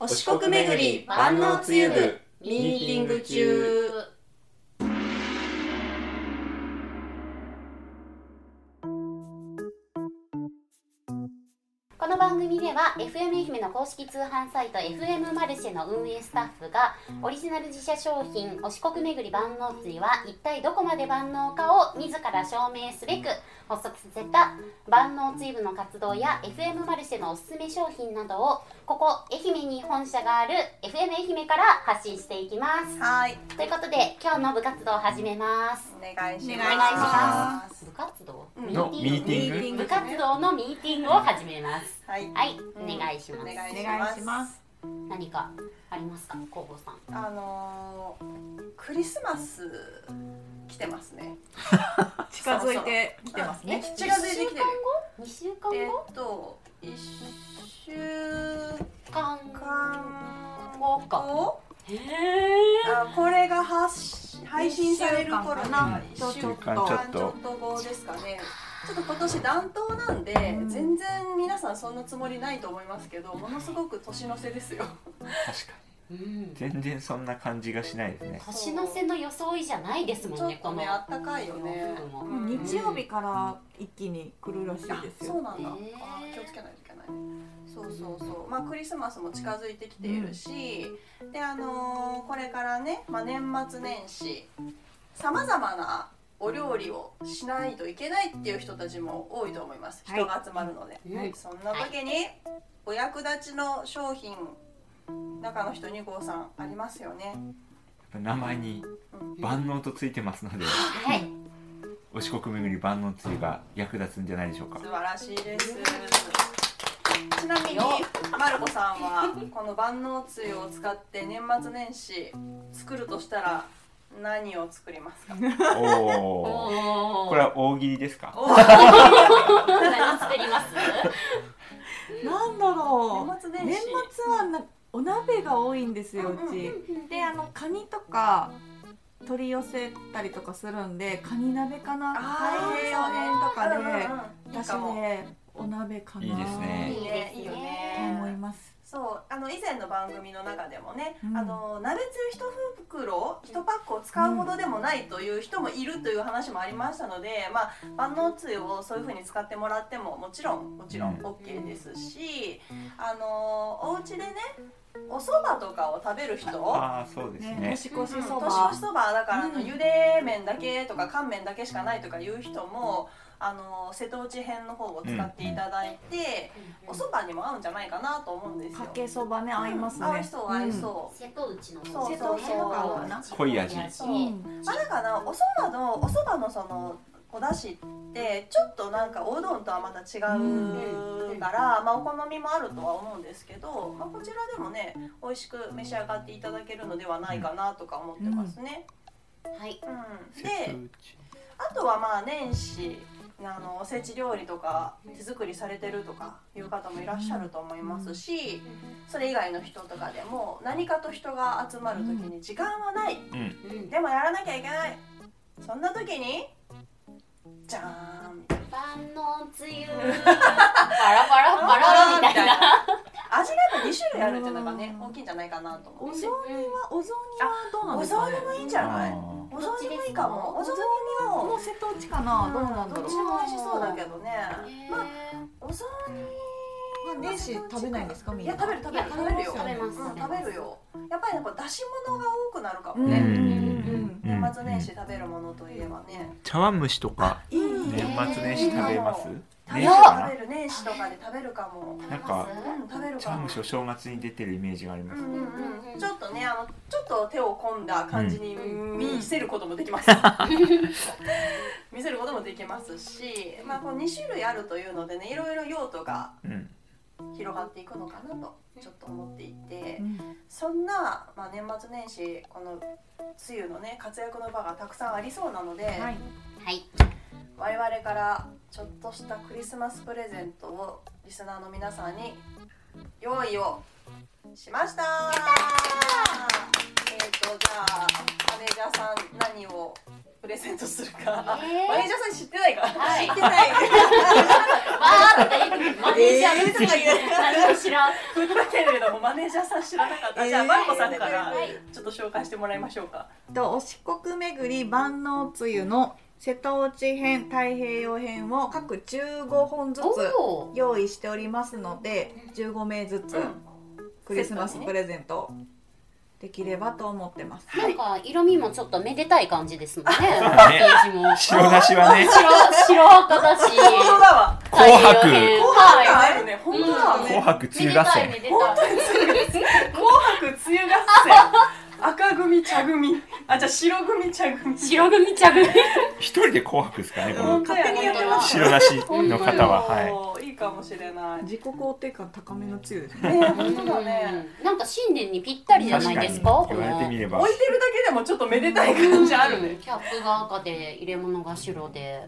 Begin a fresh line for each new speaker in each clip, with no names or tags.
お四国巡り万能つゆ部ミーティング中
この番組では FM 愛媛の公式通販サイト FM マルシェの運営スタッフがオリジナル自社商品「お四国巡り万能釣り」は一体どこまで万能かを自ら証明すべく発足させた万能釣り部の活動や FM マルシェのおすすめ商品などをここ愛媛に本社がある FM 愛媛から発信していきます。
はい、
ということで今日の部活動を始めます。
お願いし
お
ます。
願いします。部活動
うん
のミーティング
部活動のミーティングを始めます。
はい、
はい、お願いし
お
ます。
願い
お願いし
し
ま
ます
す。
何かありますか工房さん
あのークリスマス来てますね。
近づいてきてますね。
え近づいてきてる。
2週間
え
後
っと一週
間
間
後か
後、
へえ
あこれが発し配信される頃
一週間か
な
な
一週間
ちょっと
ちょっと後ですかね。ちょっと今年暖冬なんで、全然皆さんそんなつもりないと思いますけど、ものすごく年の瀬ですよ。
確か
うん
に全然そんな感じがしないですね
年の瀬の装いじゃないですも
ちょ
ん
っ
ねことの
ね、あったかいよね
この。服も
うん
日曜日から一気に来るらしいです
そう
よ。
なんだ、
へー
あー気をつけないといけないねそうそうそうまあクリスマスも近づいてきているし、であのーこれからね、まあ、年末年始さまざまなお料理をしないといけないっていう人たちも多いと思います、
はい
人が集まるので、
うん
そんな時にお役立ちの商品中の人2号さんありますよね
名前に万能とついてますので
はい
お四国巡り万能つゆが役立つんじゃないでしょうか
素晴らしいです。ちなみにまるこさんはこの万能つゆを使って年末年始作るとしたら何を作りますか。
おお
お
これは大喜利ですか
おー
何作ります
なんだろ
年末
う。
年
年
始。
末はなお鍋が多いんですようち。であのカニとか取り寄せたりとかするんでカニ鍋かな。
あー
太平洋年とかで、
うんうんうんいい
私
かも
ねお鍋かな。
いいですね
いいねいいよ
と思い
ね。
ます。
そうあの以前の番組の中でもね、
うん
あの鍋つゆ一袋一パックを使うほどでもないという人もいるという話もありましたので、まあ万能つゆをそういう風に使ってもらってももちろんもちろ
う
ん
ん
OK ですし、あのお家でねお蕎麦とかを食べる人
ああそうです
ね、
ね
年越し
うん
そ
年越
ば
し。そばだからあの
うん
茹で麺だけとか乾麺だけしかないとかいう人もあの瀬戸内編の方を使っていただいて、お蕎麦にも合うんじゃないかなと思うんですよ。
かけそばね合いますね。
合いそう合いそう。
瀬戸内の
そう
そう
う濃い味
う
うん。
まあだからお蕎麦のお蕎麦のそのお出汁ってちょっとなんかおうどんとはまた違うから、
うん
まあお好みもあるとは思うんですけど、まあ、こちらでもね美味しく召し上がっていただけるのではないかなとか思ってますね。
はい
うん
瀬戸
で
内
あとはまあ年始あのおせち料理とか手作りされてるとかいう方もいらっしゃると思いますしそれ以外の人とかでも何かと人が集まる時に時間はない
うん
うん
でもやらなきゃいけないそんな時にじゃーんみたい
万能つゆバラバラバラみたいな
味がやっぱ2種類あるっていうのがね
うん
大きいんじゃないかなと
お
思う
雑煮はお雑煮はどうなん
お
です
雑
かね。
煮もいいんじゃない
あ
お雑煮もいいかもお雑煮
も
も
う瀬戸内かな、どうなんだ
ど
ろ
っ
う。
ちも美味しそうだけどねまあ
食
お雑
まあ
煮
年始食べないんですかみ
い
んな
や食べる食べ
い
る
や
食べるよ
食べます
うん食べるよやっぱりなんか出し物が多くなるか
う
も
ん
ね、
うん
うん
年末年始食べるものといえばね、
茶碗蒸しとか
うん。い
年
いね。
末年始食べます
食べ
年始
る
か
食べる年始とかで食べるかも、
べ
なん
ま
か
す
うん、食べる
な
か
茶
も
碗蒸しお正月に出てるイメージがありま
うん
す
うんうんちょっとねあのちょっと手を込んだ感じに
うん
見せることもできます、 見せることもできますし、まあ、こう2種類あるというのでねいろいろ用途が
うん
広がっていくのかなとちょっと思っていて
うん
そんな、まあ、年末年始この梅雨のね活躍の場がたくさんありそうなので、
はい。
はい
我々からちょっとしたクリスマスプレゼントをリスナーの皆さんに用意をしましたえっ、とじゃあマネージャーさん何をプレゼントするか、
えー
マネージャーさん知ってないから、
はい
知ってない
わーとか言ってマネージャーとか言う何も知らん
振ったけれどもマネージャーさん知らなかった、じゃあ
えー
マルコさんから
はい
ちょっと紹介してもらいましょうか
とお四国巡り万能つゆの瀬戸内編太平洋編を各15本ずつ
おー
用意しておりますので15名ずつ
うん
クリスマス
セットにね
プレゼントできればと思ってます。
なんか色味もちょっとめでたい感じですもんね。
ね
ページも白
白出しはね
白赤だし。
本当だわ
紅白
太陽編
紅白があ
は
るね本当だわ
うん
ね
紅白
い。め
梅
で
雨合
たいめ
戦
でたい。
紅白梅雨合戦赤組茶組あじゃあ白組茶組
白組茶組。
一人で紅白ですかねこの
本当や
勝手にやって
ます
白出しの方ははい
いいいかもしれないね
自己肯定感高めのつゆですね。
本当だね
うんなんか新年にぴったりじゃ
確
ない
か
で
に
す
言
か。
われてみれば
置いてるだけでもちょっとめでたい感じある
う
ね
んキャップが赤で入れ物が白で。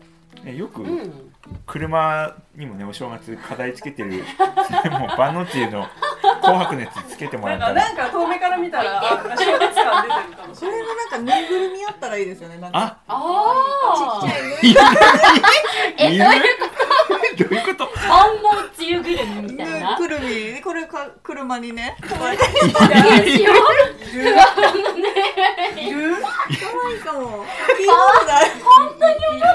ねよく
うん。
車にもねお正月飾りつけてる もう万能っていうの紅白のやつつけてもら
な
っ
ん
た
からなんか遠目から見たらあ正月感出てるかもし
そ
れ
れ
ない
もなんかぬいぐるみあったらいいですよね。なんか
あ
ああ。
ちっちゃいぬいぐるみ
いる
え
い
どういう
るどういうこと
万能梅雨ぐるみみたいな。
くるみこれか車にね
いいですよ。
いる
可愛いかもキーホルダー
っ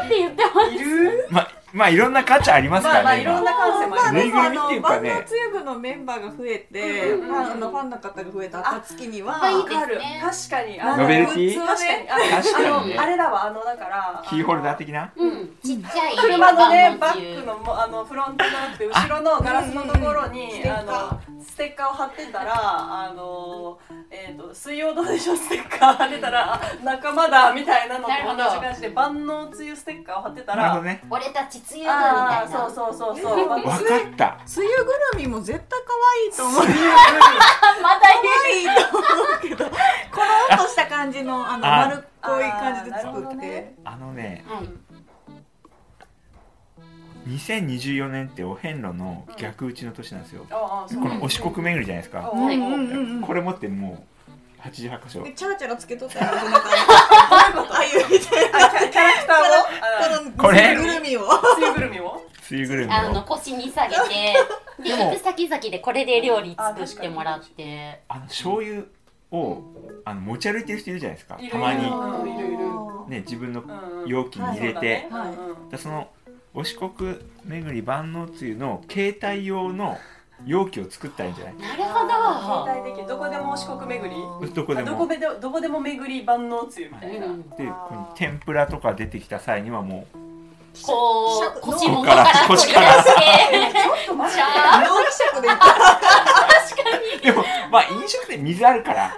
て言ってます。
いる
ままあいろんな価値あります
まあま
か
あい
らね
ろん
今
な感性もあ
ぬ
る
いぐるみっていうかね
万能つゆ部のメンバーが増えて、
うんうんうん
ファンあのファンの方が増えた暁には
あいい
わかる
ね
確かに
な
あ
ん
の
か
ノベルティ
グッズを
確か
ね
にあの
確
かにね
あのあれだわあのだから
キーホルダー的な
うん。ちっちゃい
車のねバ
万能梅雨
ックのもあのフロントじゃなくて後ろのガラスのところに
うんうん
あのステッカーを貼ってたらあのえっ、と水曜どうでしょうステッカー貼ってたらあ仲間だみたいなのと
なるほど
同じ感じで万能梅雨ステッカーを貼ってた
なる
ら
ほどね
俺たち梅雨だ
あ
みたい
あ
な
そう。そうそうそう
わかった
つゆぐるみも絶対可愛いと思う
また
可愛いと思うけどころんとした感じのあの
あ
丸っこい感じで
あーなるほ
作
ど
って、
ね
あのね
はい。
2024年ってお遍路の逆打ちの年なんですよ、
ああそう
このお四国巡りじゃないですか、
うん
は
う
い
んうんうん
これ持ってもう88箇所
でチャラチャラつけとったらどうなったのああいうみたいな
あキャキャラクターを
これ
つゆぐるみを
あ梅雨ぐるみを
梅雨ぐるみ
あの
を
腰に下げてで
でも
行く先々でこれで料理作ってもらって
あの醤油をあの持ち歩いてる人いるじゃないですか
いる
たまに
うんいるいる
ね自分の
うんうん
容器に入れて、
そうだねうんうん
でそのお四国巡り万能つゆの携帯用の容器を作ったらいいんじゃない
なるほど、
携帯できるどこでもお四国巡り
どこで
あどこ
も。
でどこでも巡り万能つゆみたいな、
うん、
でここに天ぷらとか出てきた際にはもう
こう
こ
腰元から取り出して
ちょっと待って
じゃあ
脳希釈で
でもまあ飲食店水あるから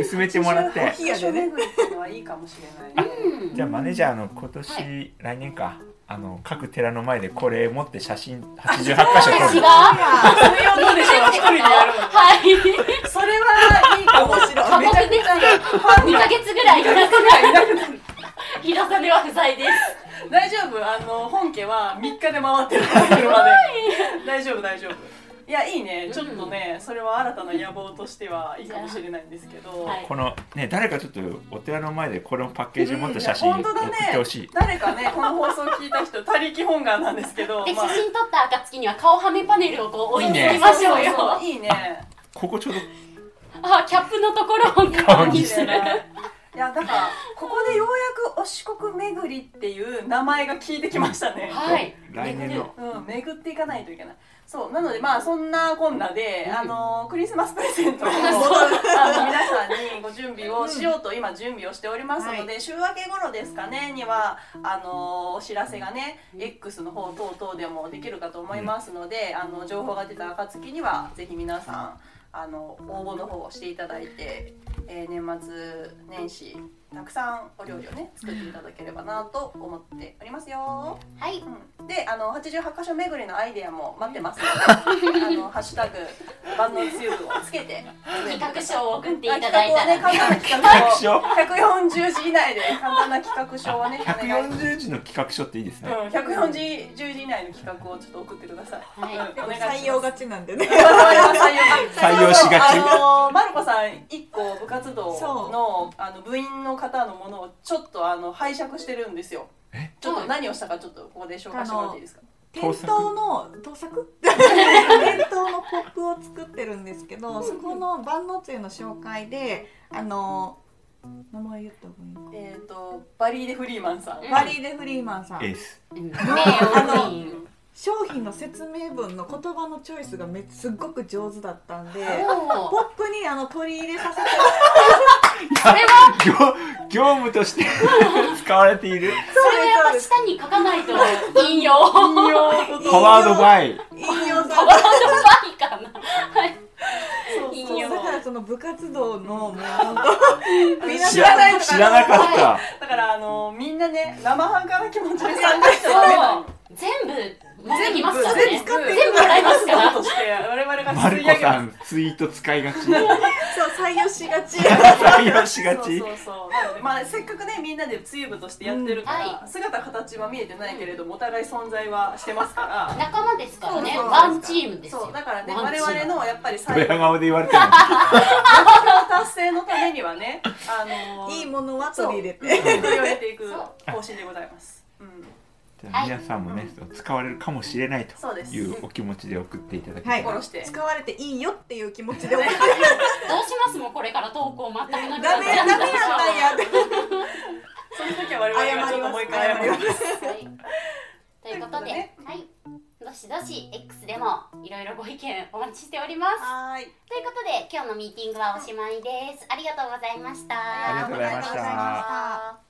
薄めてもらって
お冷やでね
巡りっていうのはいいかもしれないね
じゃあマネージャーの今年、
は
来年かあの各寺の前でこれ持って写真88箇所
私
撮る
が
それはどうでしょう一人でやる
はい
のそれはいいかもしれないめちゃくちゃいいファン
2
が
ヶ月ぐらい平
二人ぐらいいなくなる
平さんでは不在です
大丈夫あの本家は三日で回ってるから車で大丈夫大丈夫いやいいねちょっとね、それは新たな野望としてはいいかもしれないんですけど、
はい
このね誰かちょっとお寺の前でこのパッケージ持った写
い
真
や
送
本
っ
当だね
てほしい、
誰かねこの放送聞いた人他力本願なんですけど
で
まあ
写真撮った暁には顔はめパネルをこう追いつ
撮
き
り
ましょうよ
そそそいいね
ここちょうど
あキャップのところを顔にする
いやだからここでようやくお四国巡りっていう名前が聞いてきましたね。
はい
来年の
うん、巡っていかないといけない。そう、なので、まあ、そんなこんなで、
うん
あのクリスマスプレゼントを、あの、皆さんにご準備をしようと、今準備をしておりますので、週明け頃ですかね、には、あのお知らせがね、X の方等々でもできるかと思いますので、あの、情報が出た暁には、ぜひ皆さん、あの、応募の方をしていただいて、えー年末年始、たくさんお料理をね、作っていただければなと思っておりますよ。
はい
うんで、あの八十八箇所巡りのアイデアも待っ てますので、あのハッシュタグ万能つゆをつけて
企画書を送っていた
企
だい
画
た
をね
ら
簡単な企
企
画を
画書
百四十字以内で簡単な企画書を ねお願い
140字の企画書っていいですね、
うん百四十字以内の企画をちょっと送 ってください。
はい
うんお願いします。
採用がちなんでね
我々は採用
採用しがち
あのマルコさん一個部活動のあの部員の方のものをちょっとあの拝借してるんですよ
え
ちょっと何をしたかちょっとここで紹介してもらっていいですか
店頭の盗作店頭のポップを作ってるんですけどそこの万能つゆの紹介であの名前言った方がいいの
えっ、とバリー・デ・フリーマンさん、
うん
バリー・デ・フリーマンさ
エ
ん
ース
うん名
あ
誉
の
部員
商品の説明文の言葉のチョイスがめすっごく上手だったんで ポ
おー
ップにあの取り入れさせて
それは
業業務として 使われている
それはやっぱ 下に書かないと引用
引用
パワードバイ
引用
パ
さ
ワードバイかなはい
そう
引
そう
用
だからその部活動のもう本当みんな
知
知ら
ら
ない
な知らなかった、
だからあのみんなね生半可な気持ちで参加しては ダ
全部持ってきますから
全部
ね
使って
全部もらいます
メ
か
だ
ら
として我々が
マ
吸
ル
い
コ
上げ
さ
ます
んツイート使いがち
そう採用しがち
採用しが
そう
ち
そうそうなのでまあせっかくねみんなでツユ部としてやってるから、
うんは
姿形は見えてないけれどもお互い存在はしてますから
仲間ですからね
そうそう
ワンチームです
そ
よ
うだからね
ワン
我
チーム
々のやっぱり最
親
後の
顔で言われてる
達成のためにはねあの
いい
も
ものは取り入れて
取り入れていく
そう
方針でございます、うん、
じゃあ皆さんもね使われるかもしれないと
そうです
いうお気持ちで送っていただけ
はい
たら
心して
使われていいよっていう気持ちでダメ
どうしますもうこれから投稿全くな
ダ
く
メ
な
や
っ
っ
ちゃう
たんやって
その時は我々がちょっともう一回謝ります
はいということで、はい、どしどし X でもいろいろご意見お待ちしております。
はーい
ということで今日のミーティングはおしまいです。ありがとうございました。
ありがとうございました
ありがとうございました